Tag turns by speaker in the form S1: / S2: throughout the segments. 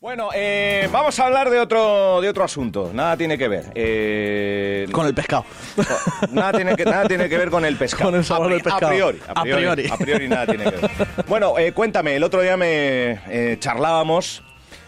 S1: Bueno, eh, vamos a hablar de otro, de otro asunto. Nada tiene que ver. eh,
S2: Con el pescado.
S1: nada, tiene que, nada tiene que ver con el pescado.
S2: Con el sabor
S1: a, pri-
S2: del pescado.
S1: A priori. A
S2: A
S1: priori,
S2: priori.
S1: a priori nada tiene que ver. Bueno, eh, cuéntame, el otro día me eh, charlábamos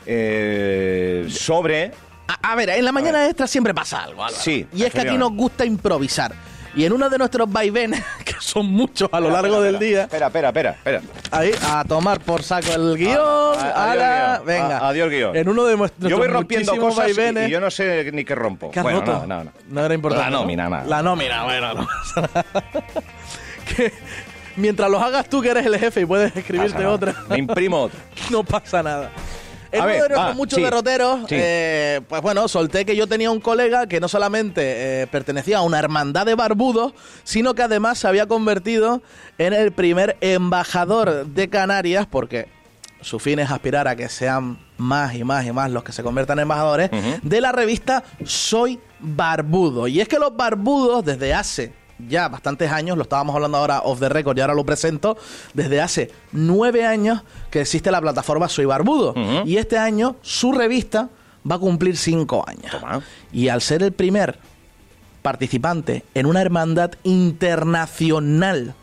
S1: eh, sobre...
S2: A, a ver, en la mañana extra siempre pasa algo. Álvaro.
S1: Sí,
S2: Y es que aquí
S1: efectivamente.
S2: nos gusta improvisar. Y en uno de nuestros vaivenes, que son muchos a lo largo
S1: Espera,
S2: del
S1: espera,
S2: día,
S1: Espera, espera, espera. espera.
S2: ahí a tomar por saco el guión.
S1: Ah,
S2: a la-
S1: adiós guión.
S2: venga.
S1: Ah, adiós guión.
S2: En uno de nues- nuestros
S1: Yo voy rompiendo
S2: muchísimos
S1: cosas y,
S2: vaivenes.
S1: y yo no sé ni qué rompo.
S2: ¿Qué has
S1: bueno,
S2: roto?
S1: no, no, no.
S2: era importante.
S1: La
S2: ¿no?
S1: nómina, nada.
S2: La nómina, bueno, no pasa nada. Que mientras los hagas tú que eres el jefe y puedes
S1: Pasa
S2: escribirte
S1: nada.
S2: otra,
S1: Me imprimo otra.
S2: no pasa nada. En
S1: A
S2: uno
S1: ver,
S2: de nuestros
S1: va,
S2: muchos
S1: sí,
S2: derroteros,
S1: sí.
S2: eh, pues bueno, solté que yo tenía un colega que no solamente eh, pertenecía a una hermandad de barbudos, sino que además se había convertido en el primer embajador de Canarias, porque su fin es aspirar a que sean más y más y más los que se conviertan en embajadores, de la revista Soy Barbudo. Y es que los barbudos desde hace ya bastantes años, lo estábamos hablando ahora off the record y ahora lo presento, desde hace nueve años que existe la plataforma Soy Barbudo. Y este año su revista va a cumplir cinco años.
S1: Toma.
S2: Y al ser el primer participante en una hermandad internacional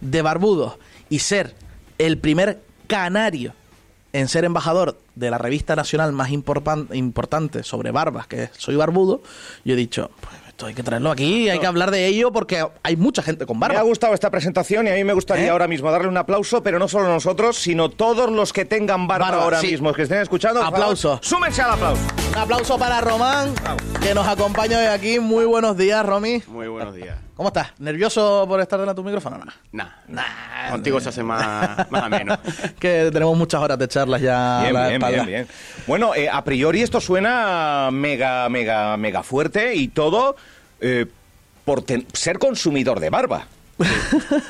S2: de barbudos y ser el primer canario en ser embajador de la revista nacional más importan- importante sobre barbas, que es Soy Barbudo, yo he dicho, pues esto hay que traerlo aquí, hay que hablar de ello porque hay mucha gente con
S1: Me ha
S2: barba.
S1: gustado esta presentación y a mí me gustaría
S2: ¿Eh?
S1: ahora mismo darle un aplauso, pero no solo nosotros, sino todos los que tengan barba,
S2: Barba,
S1: ahora
S2: sí.
S1: mismo, que estén escuchando. por favor,
S2: Aplauso.
S1: súmense al aplauso.
S2: Un aplauso para Román, que nos acompaña hoy aquí. Muy buenos días, Romy.
S3: Muy buenos días.
S2: ¿Cómo estás? ¿Nervioso por estar delante de tu micrófono? No.
S3: Nah,
S1: Ah,
S3: nah. Contigo se hace más, más ameno.
S2: que tenemos muchas horas de charlas ya a
S1: Bien,
S2: la
S1: bien,
S2: espalda.
S1: bien, bien. Bueno, eh, a priori esto suena mega, mega, mega fuerte y todo eh, por ten- ser consumidor de barba.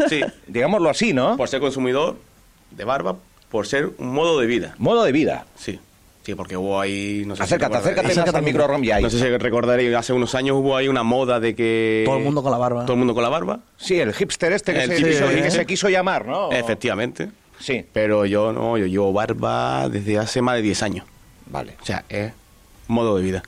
S3: Sí,
S1: Digámoslo así, ¿no?
S3: por ser consumidor de barba, por ser un modo de vida.
S1: Modo de vida.
S3: Sí, sí, porque hubo ahí... No sé
S1: Acércate,
S3: si recordaréis-
S1: acércate más al micro, Rom, y ahí.
S3: No sé si recordaréis, hace unos años hubo ahí una moda de que...
S2: Todo el mundo con la barba.
S3: Todo el mundo con la barba,
S1: Sí, el hipster este que,
S3: El
S1: se,
S3: típico,
S1: que
S3: ¿eh?
S1: se quiso llamar, ¿no?
S3: efectivamente.
S1: Sí.
S3: Pero yo no, yo llevo barba desde hace más de 10 años.
S1: Vale.
S3: O sea, es modo de vida.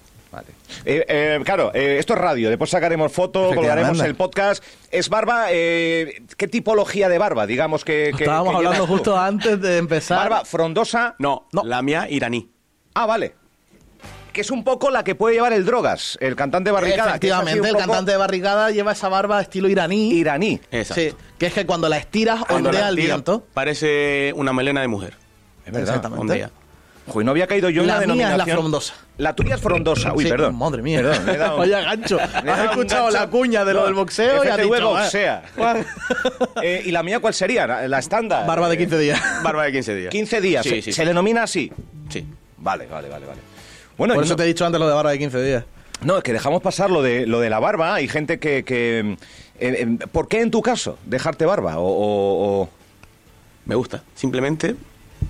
S1: Eh, eh, claro, eh, esto es radio, después sacaremos fotos,
S2: Efectivamente.
S1: colgaremos el podcast. Es barba, eh, ¿qué tipología de barba? Digamos que... que-
S2: Estábamos
S1: que
S2: hablando
S1: llevas tú?
S2: justo antes de empezar.
S1: Barba frondosa.
S3: No,
S2: No.
S3: la mía iraní.
S1: Ah, vale. Que es un poco la que puede llevar el Drogas, el cantante de barricada. que es así
S2: Efectivamente,
S1: un
S2: el
S1: poco
S2: cantante de barricada lleva esa barba estilo iraní.
S1: iraní.
S3: Exacto.
S2: Sí, que es que cuando la estiras
S3: Cuando
S2: ondea
S3: la
S2: el
S3: tira,
S2: viento.
S3: Parece una melena de mujer.
S1: Es verdad.
S2: Exactamente.
S3: Ondea.
S1: Uy, no había caído yo en
S2: La
S1: la
S2: mía es la
S1: denominación.
S2: frondosa.
S1: La tuya es frondosa. Ah, Uy,
S2: Sí,
S1: perdón.
S2: Madre mía.
S1: Perdón, le he dado un-
S2: Vaya gancho.
S1: le he
S2: Has
S1: dado un
S2: escuchado
S1: gancho.
S2: la cuña de lo
S1: No,
S2: del boxeo y has
S1: FTV
S2: dicho, "Ah,
S1: boxea.
S2: Juan".
S1: Eh, ¿Y la mía cuál sería? La la estándar.
S2: barba de
S1: Eh,
S2: 15 días.
S3: Barba de 15 días.
S1: 15 días.
S3: Sí,
S1: se,
S3: sí,
S1: se
S3: sí.
S1: denomina así.
S3: Sí.
S1: Vale, vale, vale, vale. Bueno,
S2: Por
S1: y
S2: eso
S1: no-
S2: te he dicho antes lo de barba de 15 días.
S1: no, es que dejamos pasar lo de, lo de la barba. Hay gente que... que, eh, eh, ¿Por qué en tu caso dejarte barba? O- o- o...
S3: Me gusta. Simplemente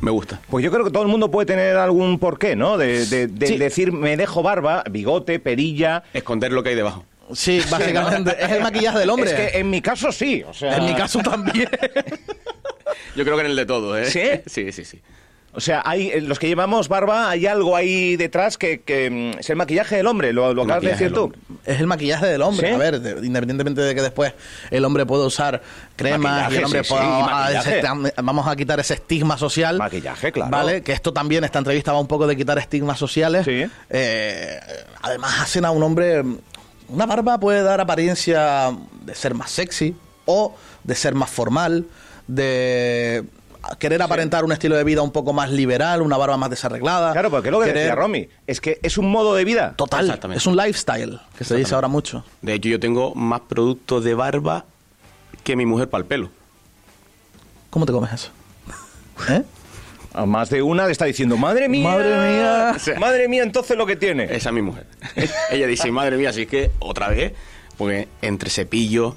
S3: me gusta.
S1: Pues yo creo que todo el mundo puede tener algún porqué, ¿no? De, de- de
S2: Sí.
S1: decir, me dejo barba, bigote, perilla.
S3: Esconder lo que hay debajo.
S2: Sí, básicamente. Es el maquillaje del hombre.
S1: Es que en mi caso sí, o sea.
S2: en mi caso también.
S3: Yo creo que en el de todo, ¿eh?
S1: ¿Sí?
S3: Sí, sí, sí.
S1: O sea, hay, eh, los que llevamos barba, hay algo ahí detrás que, que, mm, es el maquillaje del hombre, lo, lo
S3: El
S1: acabas de
S3: maquillaje
S1: decir tú.
S3: del
S2: Es el maquillaje del hombre.
S1: ¿Sí?
S2: A ver, de- independientemente de que después el hombre pueda usar cremas y
S1: Maquillaje,
S2: el hombre
S1: sí,
S2: pueda. ah,
S1: sí,
S2: vamos a
S1: maquillaje.
S2: desestam- vamos a quitar ese estigma social.
S1: Maquillaje, claro.
S2: Vale, que esto también, esta entrevista va un poco de quitar estigmas sociales.
S1: Sí.
S2: Eh, además, hacen a un hombre. Una barba puede dar apariencia de ser más sexy o de ser más formal, de querer aparentar un estilo de vida un poco más liberal, una barba más desarreglada.
S1: Claro, porque es lo que
S2: querer-
S1: decía Romy, es que es un modo de vida.
S2: Total,
S3: Exactamente.
S2: es un lifestyle que se dice ahora mucho.
S3: De hecho, yo tengo más productos de barba que mi mujer para el pelo.
S2: ¿Cómo te comes eso? ¿Eh?
S1: A más de una le está diciendo, madre mía.
S2: Madre mía.
S1: O sea, Madre mía, entonces lo que tiene.
S3: Esa es mi mujer. Ella dice, madre mía, así que otra vez, ¿eh? porque entre cepillo,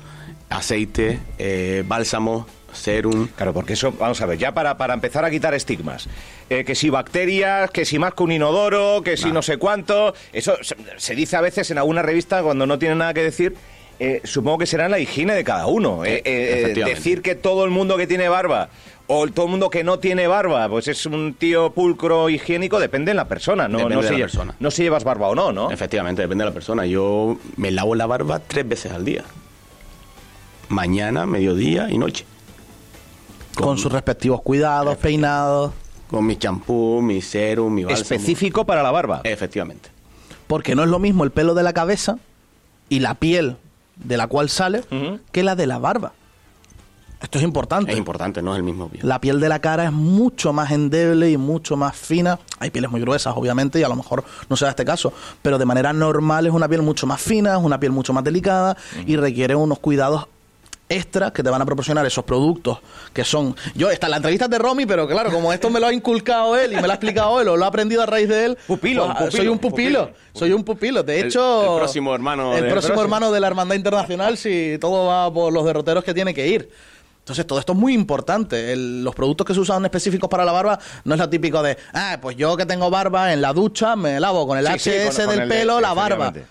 S3: aceite, eh, bálsamo, serum...
S1: Claro, porque eso, vamos a ver, ya para, para empezar a quitar estigmas. Eh, que si bacterias, que si más que un inodoro, que si no sé cuánto. Eso se, se dice a veces en alguna revista cuando no tiene nada que decir. eh, supongo que será la higiene de cada uno. Eh, eh,
S3: Efectivamente.
S1: decir que todo el mundo que tiene barba o el- todo el mundo que no tiene barba, pues es un tío pulcro higiénico, depende de la persona. No,
S3: Depende
S1: no
S3: de
S1: si
S3: la
S1: lle-
S3: persona.
S1: No si llevas barba o no, ¿no?
S3: Efectivamente, depende de la persona. Yo me lavo la barba tres veces al día. Mañana, mediodía y noche.
S2: Con, sus respectivos cuidados, peinados.
S3: Con mi champú, mi serum, mi bálsamo.
S1: Específico para la barba.
S3: Efectivamente.
S2: Porque no es lo mismo el pelo de la cabeza y la piel de la cual sale
S1: Ujú.
S2: que la de la barba. Esto es importante.
S3: Es importante, no es el mismo pie.
S2: la piel de la cara es mucho más endeble y mucho más fina. Hay pieles muy gruesas, obviamente, y a lo mejor no será este caso, pero de manera normal es una piel mucho más fina, es una piel mucho más delicada y requiere unos cuidados extras que te van a proporcionar esos productos que son yo está en la entrevista es de Romy pero claro como esto me lo ha inculcado él y me lo ha explicado él o lo ha aprendido a raíz de él
S1: Pupilo,
S2: pues,
S1: un pupilo,
S2: soy un pupilo,
S1: pupilo.
S2: soy un pupilo de
S3: El-
S2: hecho
S3: el próximo hermano
S2: el
S3: de-
S2: próximo
S3: próximo.
S2: hermano de la hermandad internacional si todo va por los derroteros que tiene que ir entonces todo esto es muy importante. El- los productos que se usan específicos para la barba no es lo típico de, ah, pues yo que tengo barba en la ducha me lavo con el
S1: Sí, sí, con-
S2: HS
S1: con
S2: del
S1: el-
S2: pelo la barba.
S1: efectivamente.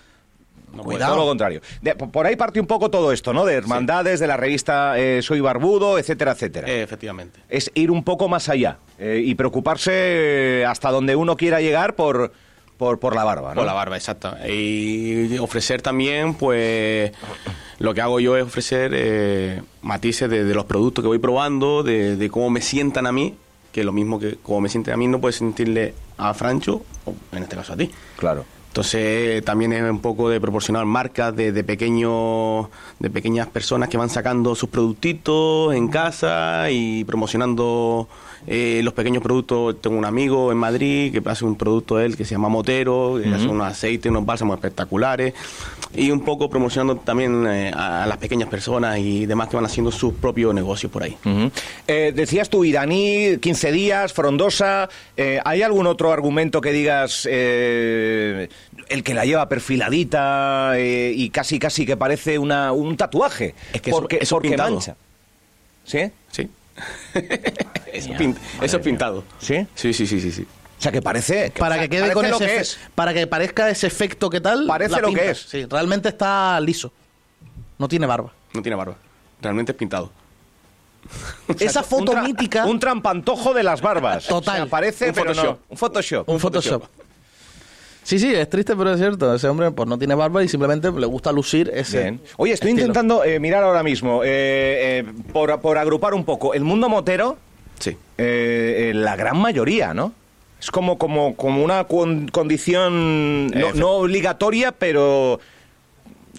S1: pues,
S3: No puede.
S2: Cuidado.
S1: Todo lo contrario. De- por por ahí parte un poco todo esto, ¿no? De hermandades, de la revista eh, Soy Barbudo, etcétera, etcétera.
S3: Eh, Efectivamente.
S1: es ir un poco más allá eh, y preocuparse eh, hasta donde uno quiera llegar por, por, por la barba, ¿no?
S3: Con la barba, exacto. Y ofrecer también, pues, lo que hago yo es ofrecer eh, matices de, de los productos que voy probando, de, de cómo me sientan a mí, que lo mismo que como me sienten a mí no puedes sentirle a Francho, o en este caso a ti.
S1: Claro.
S3: Entonces también es un poco de proporcionar marcas de, de pequeños, de pequeñas personas que van sacando sus productitos en casa y promocionando eh, los pequeños productos. Tengo un amigo en Madrid que hace un producto él que se llama Motero, que hace unos aceites, unos bálsamos espectaculares y un poco promocionando también eh, a, a las pequeñas personas y demás que van haciendo sus propios negocios por ahí.
S1: Ujú. Eh, decías tú, iraní, 15 días, frondosa. eh, ¿Hay algún otro argumento que digas eh, el que la lleva perfiladita eh, y casi casi que parece una, un tatuaje?
S3: Es que eso- eso
S1: porque
S3: pintado.
S1: mancha. ¿Sí?
S3: Sí. eso, es pin- eso es pintado.
S1: ¿Sí?
S3: Sí, sí, sí, sí, sí.
S1: O sea, que parece...
S2: Para
S1: o sea,
S2: que quede con
S1: parece
S2: ese
S1: lo que
S2: efe-
S1: es.
S2: para que parezca ese efecto que tal.
S1: Parece
S2: la
S1: lo que
S2: pinta.
S1: es.
S2: Sí, realmente está liso. No tiene barba.
S3: No tiene barba. Realmente es pintado.
S2: Esa
S1: Un
S2: foto
S1: tra-
S2: mítica.
S1: Un trampantojo de las barbas.
S2: Total.
S1: O sea, parece,
S3: Un
S1: pero no.
S3: Photoshop.
S1: Un Photoshop.
S2: Un Photoshop. Sí, sí, es triste, pero es cierto. Ese hombre pues no tiene barba y simplemente le gusta lucir ese.
S1: Bien. Oye, estoy
S2: estilo.
S1: intentando eh, mirar ahora mismo, eh, eh, por, por agrupar un poco, el mundo motero,
S3: Sí.
S1: eh, eh, la gran mayoría, ¿no? Es como, como, como una con- condición no,
S3: Efe-
S1: no obligatoria, pero...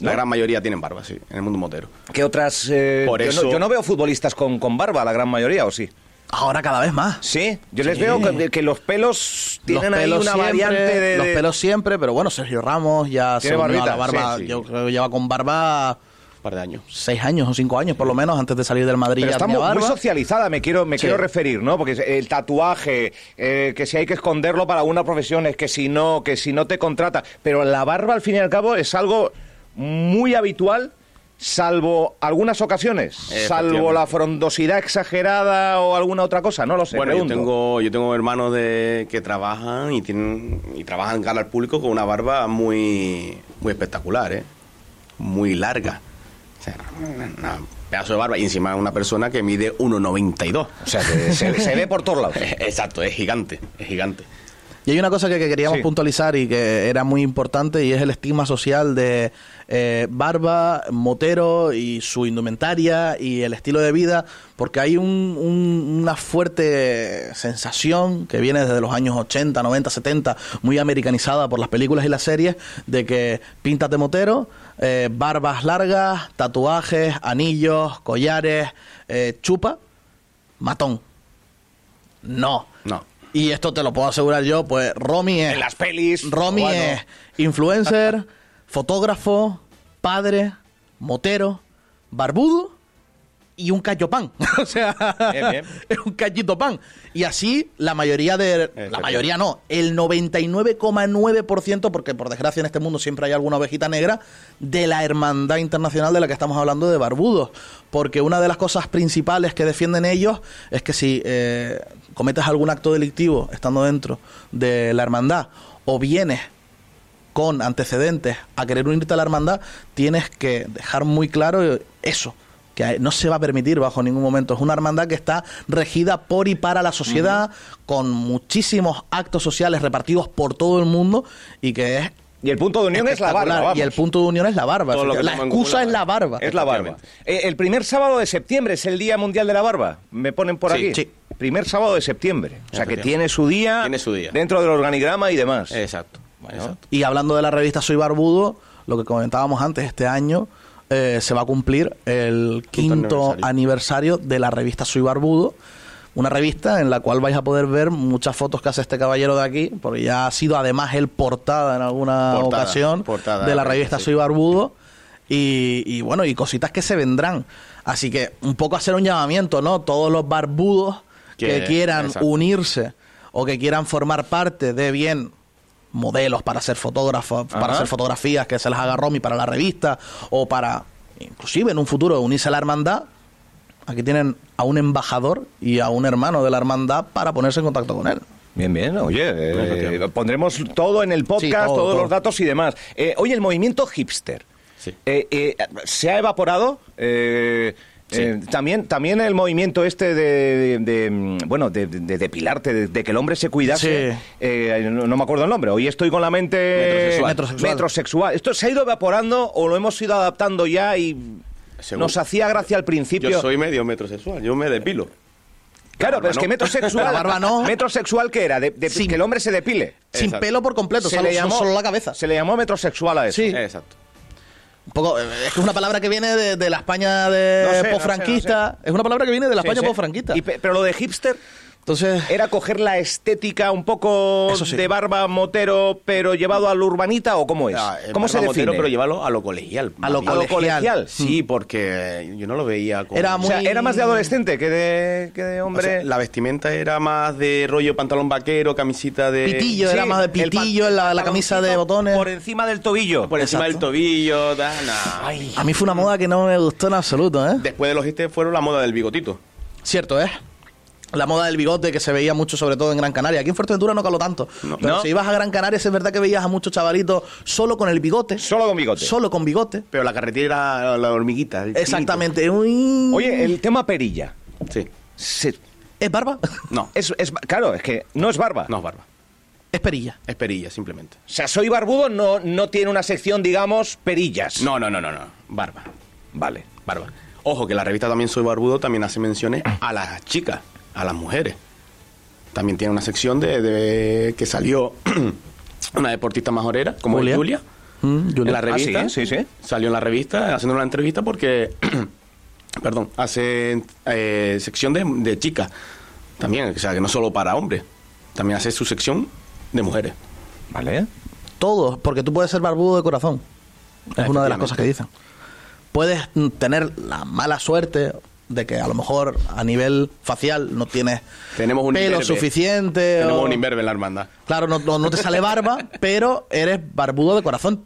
S3: La
S1: ¿no?
S3: gran mayoría tienen barba, sí, en el mundo motero.
S1: que otras... eh,
S3: Por
S1: yo,
S3: eso-
S1: no, yo no veo futbolistas con, con barba, la gran mayoría, ¿o sí?
S2: Ahora cada vez más.
S1: Sí, yo les veo que, que los pelos tienen
S2: los pelos
S1: ahí una
S2: siempre,
S1: variante de...
S2: Los
S1: de-
S2: pelos siempre, pero bueno, Sergio Ramos ya se
S1: Tiene
S2: unió a la
S1: barbita,
S2: barba.
S1: sí, sí.
S2: Yo creo que lleva con barba
S3: Un par de años.
S2: seis años o cinco años por lo menos antes de salir del Madrid.
S1: Pero
S2: ya
S1: está muy,
S2: tenía
S1: muy
S2: barba.
S1: socializada, me quiero, me
S2: Sí.
S1: quiero referir, ¿no? Porque el tatuaje, eh, que si hay que esconderlo para una profesión, es que si no, que si no te contrata. Pero la barba, al fin y al cabo, es algo muy habitual, salvo algunas ocasiones, salvo
S3: Efectivamente.
S1: la frondosidad exagerada o alguna otra cosa, no lo sé.
S3: Bueno, yo
S1: pregunto.
S3: tengo, yo tengo hermanos de, que trabajan y tienen y trabajan cara al público con una barba muy, muy espectacular, ¿eh? muy larga. O sea, una- un pedazo de barba. Y encima una persona que mide 1,92.
S1: O sea, que se, se ve por todos lados.
S3: Exacto, es gigante, es gigante.
S2: Y hay una cosa que, que queríamos
S1: Sí.
S2: puntualizar y que era muy importante y es el estigma social de eh, barba, motero y su indumentaria y el estilo de vida, porque hay un- un- una fuerte sensación que viene desde los años 80, 90, 70, muy americanizada por las películas y las series, de que pintas de motero, eh, barbas largas, tatuajes, anillos, collares, eh, chupa, matón. No.
S3: No.
S2: Y esto te lo puedo asegurar yo, pues Romy es.
S1: En las pelis.
S2: Romy
S1: bueno,
S2: es influencer, fotógrafo, padre, motero, barbudo y un callo pan. o sea,
S1: Bien, bien.
S2: es un callito pan. Y así la mayoría de. La
S3: Efectivamente.
S2: mayoría no, el 99,9%, porque por desgracia en este mundo siempre hay alguna ovejita negra, de la hermandad internacional de la que estamos hablando de barbudos. Porque una de las cosas principales que defienden ellos es que si eh, cometes algún acto delictivo estando dentro de la hermandad o vienes con antecedentes a querer unirte a la hermandad, tienes que dejar muy claro eso que no se va a permitir bajo ningún momento. Es una hermandad que está regida por y para la sociedad, uh -huh. con muchísimos actos sociales repartidos por todo el mundo y que es...
S1: Y el punto de unión es la barba. Vamos.
S2: Y el punto de unión es la barba. Todo la excusa es la barba.
S1: Es la barba. Eh, el primer sábado de septiembre es el Día Mundial de la Barba. Me ponen por
S3: Sí,
S1: aquí.
S3: sí.
S1: Primer sábado de septiembre. O sea que tiene su día,
S3: Tiene su día.
S1: dentro del organigrama y demás.
S3: Exacto. exacto.
S2: Y hablando de la revista Soy Barbudo, lo que comentábamos antes, este año eh, se va a cumplir el quinto aniversario.
S3: aniversario.
S2: de la revista Soy Barbudo. Una revista en la cual vais a poder ver muchas fotos que hace este caballero de aquí, porque ya ha sido además el portada en alguna
S3: Portada,
S2: ocasión
S3: portada, eh.
S2: de la
S3: sí,
S2: revista
S3: sí.
S2: Soy Barbudo. Y, y bueno, y cositas que se vendrán. Así que un poco hacer un llamamiento, ¿no? Todos los barbudos que,
S3: Que-
S2: quieran
S3: exacto.
S2: unirse o que quieran formar parte de bien modelos para hacer fotógrafos, para
S1: Ajá.
S2: hacer fotografías que se las haga Romy para la revista o para inclusive en un futuro unirse a la hermandad. Aquí tienen a un embajador y a un hermano de la hermandad para ponerse en contacto con él.
S1: Bien, bien, oye, eh,
S3: Efectivamente.
S1: pondremos todo en el podcast,
S2: Sí, todo,
S1: todos
S2: todo.
S1: los datos y demás. Eh, oye, el movimiento hipster,
S3: Sí.
S1: eh, eh, ¿se ha evaporado? Eh,
S3: Sí.
S1: eh, también, también el movimiento este de, de- de, mm, bueno, de, de- de depilarte, de, de que el hombre se cuidase.
S2: Sí.
S1: Eh, no, no me acuerdo el nombre, hoy estoy con la mente...
S3: Metrosexual.
S2: Metrosexual.
S1: Metrosexual. ¿Esto se ha ido evaporando o lo hemos ido adaptando ya y
S3: Según-
S1: nos hacía gracia al principio?
S3: Yo soy medio metrosexual, yo me depilo.
S1: Claro, pero
S3: barba
S1: es
S3: no.
S1: que metrosexual...
S2: La barba no.
S1: ¿Metrosexual qué era? De- de-
S2: Sí.
S1: Que el hombre se depile.
S2: Sin
S3: Exacto.
S2: pelo por completo,
S1: Se
S2: solo,
S1: le llamó-
S2: solo la cabeza.
S1: Se le llamó metrosexual a eso.
S2: Sí.
S3: Exacto.
S2: Un poco, eh, es que es una palabra que viene de, de la España de
S1: No sé, no sé,
S2: posfranquista. Es una palabra que viene de la
S1: Sí,
S2: España
S1: sí.
S2: posfranquista.
S1: Y pe- pero lo de hipster
S2: Entonces,
S1: era coger la estética un poco
S2: Eso sí.
S1: de barba motero, pero llevado al urbanita o cómo es?
S3: Ah, eh,
S1: Pues, ¿Cómo se
S3: barba
S1: define?
S3: motero, pero llevarlo a lo colegial.
S2: A lo
S3: más bien.
S1: a lo colegial. Hmm.
S2: colegial.
S3: Sí, porque yo no lo veía como...
S2: Mm. Era
S1: O sea,
S2: muy-
S1: era más de adolescente que de, que de
S3: O sea,
S1: hombre.
S3: la vestimenta era más de rollo pantalón vaquero, camisita de...
S2: Pitillo, era más de
S1: el pan-
S2: pitillo,
S1: el
S2: la- la camisa de botones.
S1: Por encima del tobillo.
S3: Por encima
S2: Exacto.
S3: del tobillo, da- nah.
S2: a mí fue una moda que no me gustó en absoluto, ¿eh?
S3: Después de los hits fueron la moda del bigotito.
S2: Cierto, ¿eh? La moda del bigote que se veía mucho, sobre todo en Gran Canaria. Aquí en Fuerteventura no caló tanto.
S3: No.
S2: pero
S3: No.
S2: si ibas a Gran Canaria, sí es verdad que veías a muchos chavalitos solo con el bigote.
S1: Solo con bigote.
S2: Solo con bigote.
S3: Pero la carretera era la hormiguita. el
S2: Exactamente. Uy.
S1: Oye, el tema perilla.
S3: chinito. Sí.
S1: Se-
S2: ¿Es barba?
S3: No,
S1: es, es- claro, es que no es barba.
S3: no es barba.
S2: es perilla.
S3: Es perilla, simplemente.
S1: O sea, soy barbudo, no, no tiene una sección, digamos, perillas.
S3: No, no, no, no, no. Barba.
S1: Vale.
S3: Barba. Ojo, que la revista también Soy Barbudo también hace menciones a las chicas, a las mujeres. También tiene una sección de, de- que salió una deportista majorera, como
S2: Julia.
S3: Julia.
S2: Mm, Julia.
S3: En la
S1: Ah,
S3: revista.
S1: sí, sí, sí.
S3: Salió en la revista haciendo una entrevista porque, perdón, hace eh, sección de, de chicas también, o sea, que no solo para hombres, también hace su sección de mujeres.
S1: Vale.
S2: Todos, porque tú puedes ser barbudo de corazón. Es una de las cosas que dicen. Puedes mm, tener la mala suerte de que a lo mejor a nivel facial no tienes
S3: Tenemos un
S2: pelo
S3: imberbe.
S2: suficiente.
S3: Tenemos
S2: o-
S3: un imberbe en la hermandad.
S2: Claro, no, no- no te sale barba, pero eres barbudo de corazón.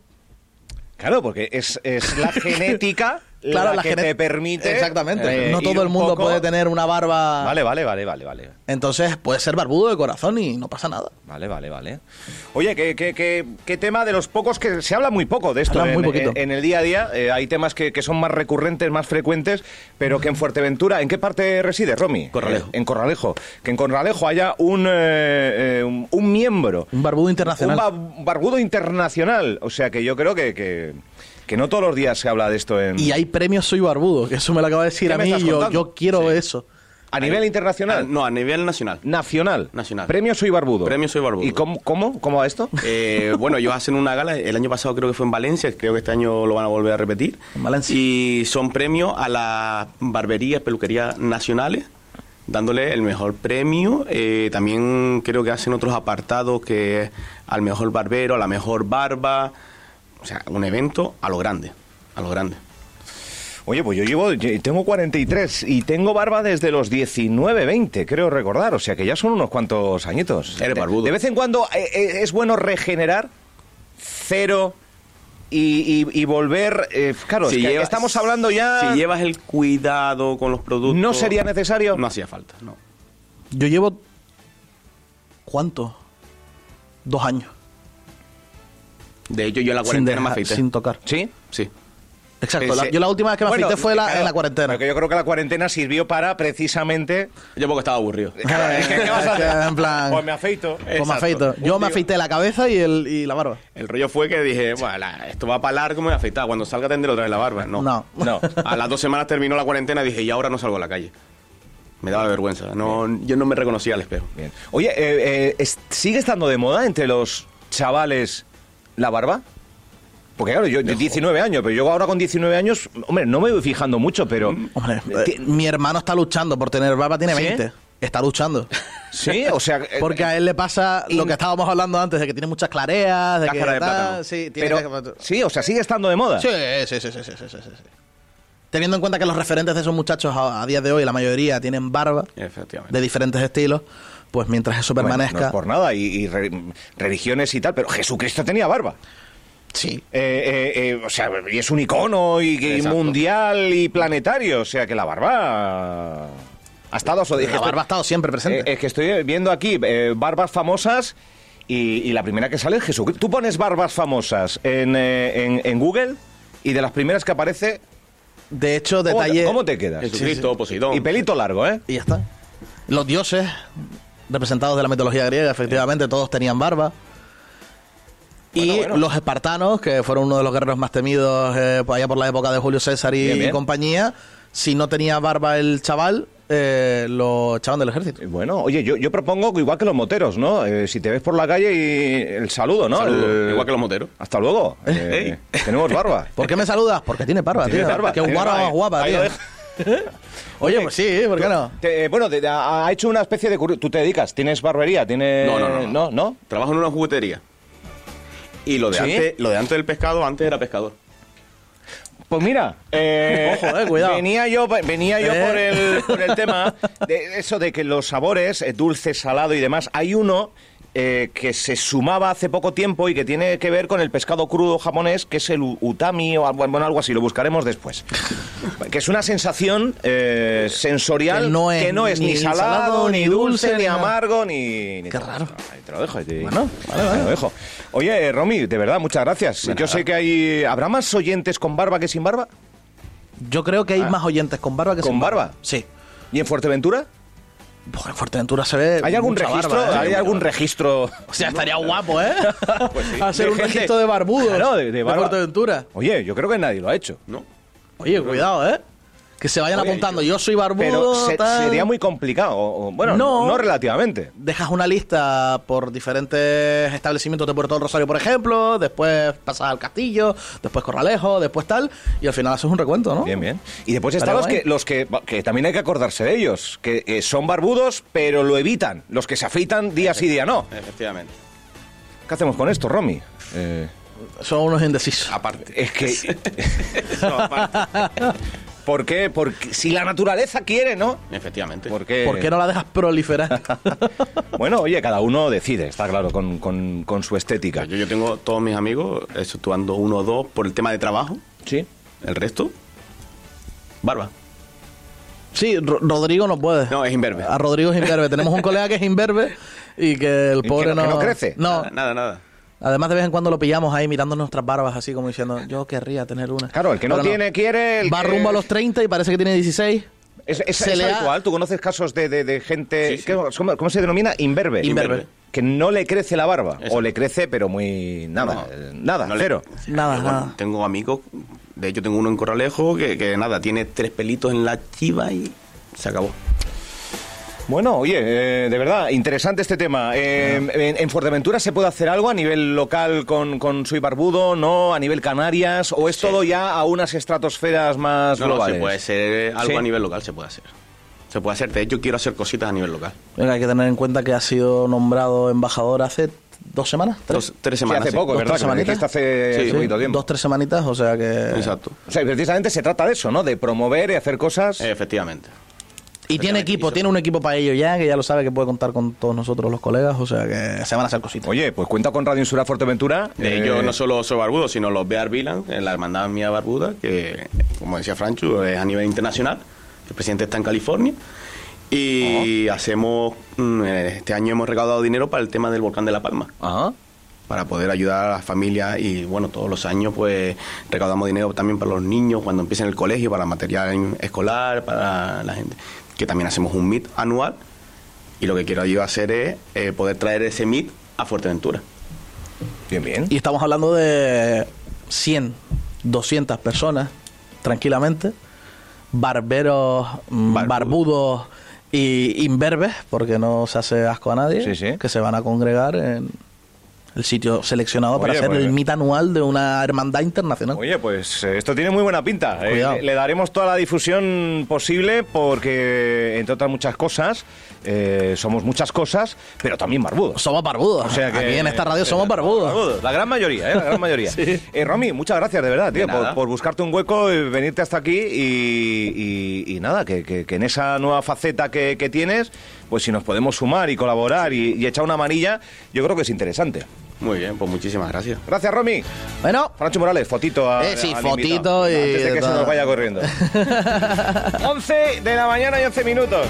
S1: Claro, porque es, es la genética
S2: Claro,
S1: la,
S2: la
S1: que
S2: gene-
S1: te permite.
S2: Exactamente.
S1: eh,
S2: no
S1: ir
S2: todo el
S1: un
S2: mundo
S1: poco-
S2: puede tener una barba.
S1: Vale, vale, vale, vale, vale.
S2: Entonces puedes ser barbudo de corazón y no pasa nada.
S1: Vale, vale, vale. Oye, ¿qué, qué, qué- qué tema de los pocos que se habla muy poco de esto
S2: Habla
S1: en,
S2: muy poquito.
S1: en- en el día a día? eh, hay temas que, que son más recurrentes, más frecuentes, pero que en Fuerteventura, ¿en qué parte reside, Romy?
S3: Corralejo.
S1: Eh, en Corralejo. Que en Corralejo haya un, eh, eh, un, un miembro.
S2: Un barbudo internacional.
S1: Un ba- barbudo internacional. O sea que yo creo que, que, que no todos los días se habla de esto en,
S2: Y hay premios Soy Barbudo, que eso me lo acaba de decir
S1: ¿Qué
S2: a
S1: me
S2: mí y
S1: estás
S2: yo,
S1: contando?
S2: yo quiero eso.
S1: a nivel internacional.
S3: Ah, no, a nivel nacional.
S1: Nacional.
S3: Nacional.
S1: Premio Soy Barbudo.
S3: Premio Soy Barbudo.
S1: ¿Y cómo, cómo, cómo va esto?
S3: Eh, bueno, ellos hacen una gala, el año pasado creo que fue en Valencia, creo que este año lo van a volver a repetir.
S2: En Valencia.
S3: Y son premios a las barberías, peluquerías nacionales, dándole el mejor premio. Eh, también creo que hacen otros apartados que es al mejor barbero, a la mejor barba. O sea, un evento a lo grande, a lo grande.
S1: Oye, pues yo llevo, yo tengo 43 y tengo barba desde los 19, 20, creo recordar. O sea que ya son unos cuantos añitos.
S3: Eres barbudo.
S1: De vez en cuando eh, eh, es bueno regenerar cero y, y- y volver. eh, claro, es que
S3: llevas-
S1: estamos hablando ya.
S3: Si llevas el cuidado con los productos...
S1: ¿No sería necesario?
S3: No hacía falta, no.
S2: Yo llevo. ¿Cuánto? Dos años.
S3: De hecho, yo en la
S2: sin,
S3: cuarentena me
S2: dejar-
S3: afeité.
S2: sin tocar.
S1: ¿Sí?
S3: Sí.
S2: Exacto, la-
S3: Ese-
S2: yo la última vez que me
S1: Bueno,
S2: afeité fue la-
S1: claro,
S2: en la cuarentena.
S1: Porque yo creo que la cuarentena sirvió para precisamente.
S3: Yo porque estaba aburrido.
S1: Claro, es que, ¿qué vas a hacer?
S2: En plan-
S1: Pues me afeito.
S2: Pues me
S3: Exacto.
S2: afeito. Yo me afeité la cabeza y, el, y la barba.
S3: El rollo fue que dije, bueno, la- esto va para largo, me voy a afeitar. Cuando salga tendré otra vez la barba. No.
S2: No.
S1: No.
S3: A las dos semanas terminó la cuarentena dije, y ahora no salgo a la calle. Me daba vergüenza. No, yo no me reconocía al espejo.
S1: Bien. Oye, eh, eh, es- ¿sigue estando de moda entre los chavales la barba? Porque claro, yo, yo 19 años, pero yo ahora con 19 años, hombre, no me voy fijando mucho, pero...
S2: Hombre,
S1: Ti-
S2: eh, mi hermano está luchando por tener barba, tiene
S1: ¿Sí?
S2: 20. Está luchando.
S1: Sí, o sea... eh,
S2: Porque a él le pasa lo que estábamos hablando antes, de que tiene muchas clareas, de
S3: Cáscara
S2: que
S3: de
S2: tal,
S3: plátano.
S2: Sí, tiene
S1: pero-
S2: que-
S1: sí, o sea, sigue estando de moda.
S2: Sí, sí, sí, sí, sí, sí, sí, sí. Teniendo en cuenta que los referentes de esos muchachos a, a día de hoy, la mayoría tienen barba
S3: Efectivamente.
S2: de diferentes estilos, pues mientras eso
S1: Bueno,
S2: permanezca...
S1: no es por nada, y, y re- religiones y tal, pero Jesucristo tenía barba.
S2: Sí.
S1: Eh, eh, eh, o sea, y es un icono y, y
S3: Exacto.
S1: mundial y planetario, o sea que la barba... Ha estado...
S2: La barba ha estado siempre presente.
S1: Eh, es que estoy viendo aquí eh, barbas famosas y, y la primera que sale es Jesucristo. Tú pones barbas famosas en, eh, en- en Google y de las primeras que aparece,
S2: de
S1: ¿cómo
S2: hecho,
S1: te-
S2: detalle...
S1: ¿cómo te quedas?
S3: Jesucristo, Poseidón.
S1: Y pelito largo, ¿eh?
S2: Y ya está. Los dioses, representados de la mitología griega, efectivamente, todos tenían barba. Y
S1: Bueno, bueno.
S2: los espartanos, que fueron uno de los guerreros más temidos eh, allá por la época de Julio César y,
S1: Bien, bien.
S2: y compañía, si no tenía barba el chaval, eh, lo echaban del ejército.
S1: Eh, Bueno, oye, yo, yo propongo que igual que los moteros, ¿no? Eh, si te ves por la calle y el saludo, ¿no?
S3: Saludo,
S1: El-
S3: Igual que los moteros.
S1: Hasta luego. Eh, tenemos barba.
S2: ¿Por qué me saludas? Porque tiene barba,
S1: Tiene
S2: tío.
S1: barba,
S2: Qué
S1: tiene
S2: guapa,
S1: barba.
S2: guapa,
S1: Ahí
S2: tío.
S1: lo dejo.
S2: Oye, pues sí, ¿por qué no?
S1: Te- eh, bueno, te- ha ha hecho una especie de... curr- Tú te dedicas, tienes barbería, tienes...
S3: No, no, no, no.
S1: Eh, ¿No? ¿No?
S3: Trabajo en una juguetería. Y lo de,
S1: ¿Sí?
S3: antes, lo de antes del pescado, antes era pescador.
S1: Pues mira, eh,
S2: Ojo, eh, cuidado.
S1: venía yo, venía yo
S2: Eh.
S1: por, el, por el tema de eso de que los sabores, eh, dulce, salado y demás, hay uno eh, que se sumaba hace poco tiempo y que tiene que ver con el pescado crudo japonés, que es el u- utami o algo, bueno, algo así, lo buscaremos después. que es una sensación eh, sensorial
S2: Que no es
S1: ni, salado, ni dulce, ni
S2: nada.
S1: amargo, ni... ni
S2: Qué
S1: tal.
S2: raro.
S1: Ahí te lo dejo. ahí te-
S2: Bueno, vale,
S1: ahí
S2: vale.
S1: te lo dejo. Oye, eh, Romy, de verdad, muchas gracias. Yo sé que hay... ¿Habrá más oyentes con barba que sin barba?
S2: Yo creo que hay más oyentes con barba que
S1: Ah. ¿Con
S2: sin
S1: barba?
S2: Sí.
S1: ¿Y en Fuerteventura?
S2: Buah, en Fuerteventura se ve.
S1: ¿Hay algún
S2: mucha
S1: registro?
S2: barba, ¿eh?
S1: ¿Hay algún registro?
S2: O sea, estaría guapo, ¿eh? Hacer
S1: De
S2: un
S1: gente-
S2: registro de barbudos.
S1: Claro, de, de barba.
S2: Fuerteventura.
S1: Oye, yo creo que nadie lo ha hecho.
S3: ¿No?
S2: Oye, cuidado, ¿eh? Que se vayan
S3: Oye,
S2: apuntando. Yo,
S3: yo-
S2: soy barbudo.
S1: Pero se-
S2: tal.
S1: sería muy complicado. o- o- bueno,
S2: No.
S1: no, no relativamente.
S2: Dejas una lista por diferentes establecimientos de Puerto del Rosario, por ejemplo. Después pasas al Castillo. Después Corralejo. Después tal. Y al final haces un recuento, ¿no?
S1: Bien, bien. Y después están
S2: Vale,
S1: los,
S2: guay.
S1: que, los que, que también hay que acordarse de ellos, que eh, son barbudos, pero lo evitan. Los que se afeitan día sí, día no.
S3: Efectivamente.
S1: ¿Qué hacemos con esto, Romy? Eh,
S2: Son unos indecisos.
S1: Ah,
S3: Aparte.
S1: es que,
S3: No, aparte.
S1: ¿por qué? Porque si la naturaleza quiere, ¿no?
S3: Efectivamente.
S1: ¿Por qué?
S2: ¿Por qué no la dejas proliferar?
S1: Bueno, oye, cada uno decide, está claro, con, con- con su estética.
S3: Yo, yo tengo todos mis amigos, exceptuando uno o dos por el tema de trabajo.
S1: Sí.
S3: El resto, barba.
S2: Sí, Ro- Rodrigo no puede.
S3: No, es imberbe.
S2: A Rodrigo es imberbe. Tenemos un colega que es imberbe y que el
S1: que
S2: pobre
S1: no-
S2: no,
S1: que no crece.
S2: No.
S3: Nada, nada, nada.
S2: Además, de vez en cuando lo pillamos ahí mirando nuestras barbas, así como diciendo, yo querría tener una.
S1: Claro, el que no
S2: Pero
S1: tiene, quiere, el
S2: Va
S1: que-
S2: rumbo a los 30 y parece que tiene 16.
S1: Es, es-
S2: Se
S1: es
S2: le ha-
S1: habitual, tú conoces casos de, de- de gente,
S3: Sí, sí.
S1: ¿qué- ¿cómo, cómo se denomina? Imberbe.
S3: Imberbe.
S1: Que no le crece la barba,
S3: Exacto.
S1: o le crece, pero muy nada,
S3: No.
S1: eh, nada,
S3: No le-
S1: cero.
S2: Nada,
S3: Yo, bueno,
S2: nada.
S3: Tengo amigos, de hecho tengo uno en Corralejo que, que nada, tiene tres pelitos en la chiva y se acabó.
S1: Bueno, oye, eh, de verdad, interesante este tema. Eh, en, en Fuerteventura se puede hacer algo a nivel local con, con Soy Barbudo, ¿no? A nivel Canarias, o es
S3: Sí.
S1: todo ya a unas estratosferas más
S3: No, pues, no,
S1: globales.
S3: se puede hacer algo
S1: Sí.
S3: a nivel local, se puede hacer. Se puede hacer, de hecho quiero hacer cositas a nivel local.
S2: Venga, hay que tener en cuenta que ha sido nombrado embajador hace dos semanas. ¿Tres?
S3: Dos, tres
S1: Sí,
S3: semanas.
S1: hace
S3: sí.
S1: poco,
S2: Dos,
S1: ¿verdad?
S2: tres
S1: Que me
S2: semanitas.
S1: dijiste hace
S3: Sí,
S1: hace
S3: sí.
S1: poquito tiempo.
S2: Dos, tres semanitas, o sea que...
S3: Exacto.
S1: O sea, precisamente se trata de eso, ¿no? De promover y hacer cosas.
S3: Eh. Efectivamente.
S2: Y tiene equipo, tiene un equipo para ello ya, que ya lo sabe que puede contar con todos nosotros los colegas, o sea que se van a hacer cositas.
S1: Oye, pues cuenta con Radio Insura Fuerteventura.
S3: De
S1: Eh,
S3: ellos no solo soy barbudo, sino los Bear Vilan, eh, la hermandad mía barbuda, que como decía Franchu, es a nivel internacional. El presidente está en California. Oh.
S1: Ah,
S3: Y hacemos, mm, eh, este año hemos recaudado dinero para el tema del volcán de La Palma.
S1: Ajá.
S3: para poder ayudar a las familias y bueno, todos los años pues recaudamos dinero también para los niños cuando empiecen el colegio, para material escolar, para la gente, que también hacemos un meet anual y lo que quiero yo hacer es eh, poder traer ese meet a Fuerteventura.
S1: Bien, bien.
S2: Y estamos hablando de 100, 200 personas, tranquilamente. Barberos, mm,
S3: Barbudos.
S2: barbudos y imberbes, porque no se hace asco a nadie,
S1: Sí, sí.
S2: que se van a congregar en el sitio seleccionado para
S1: Oye,
S2: hacer
S1: pues-
S2: el MIT anual de una hermandad internacional.
S1: Oye, pues eh, esto tiene muy buena pinta. Eh,
S2: Cuidado.
S1: le- le daremos toda la difusión posible porque, entre otras muchas cosas, eh, somos muchas cosas, pero también barbudos.
S2: Somos barbudos.
S1: O sea que- eh,
S2: Aquí en esta radio somos barbudos.
S1: La gran mayoría, ¿eh? La gran mayoría. Eh, Romy, muchas gracias, de verdad, tío,
S3: De
S1: por,
S3: nada.
S1: por buscarte un hueco, y venirte hasta aquí y, y- y nada, que, que- que en esa nueva faceta que, que tienes, pues si nos podemos sumar y colaborar y, y echar una manilla, yo creo que es interesante.
S3: Muy bien, pues muchísimas gracias.
S1: Gracias, Romy.
S2: Bueno,
S1: Francho Morales, fotito a,
S2: Eh, sí,
S1: al
S2: fotito
S1: invitado.
S2: y
S1: Antes de que
S2: de
S1: se
S2: todo.
S1: nos vaya corriendo. 11 de la mañana y 11 minutos.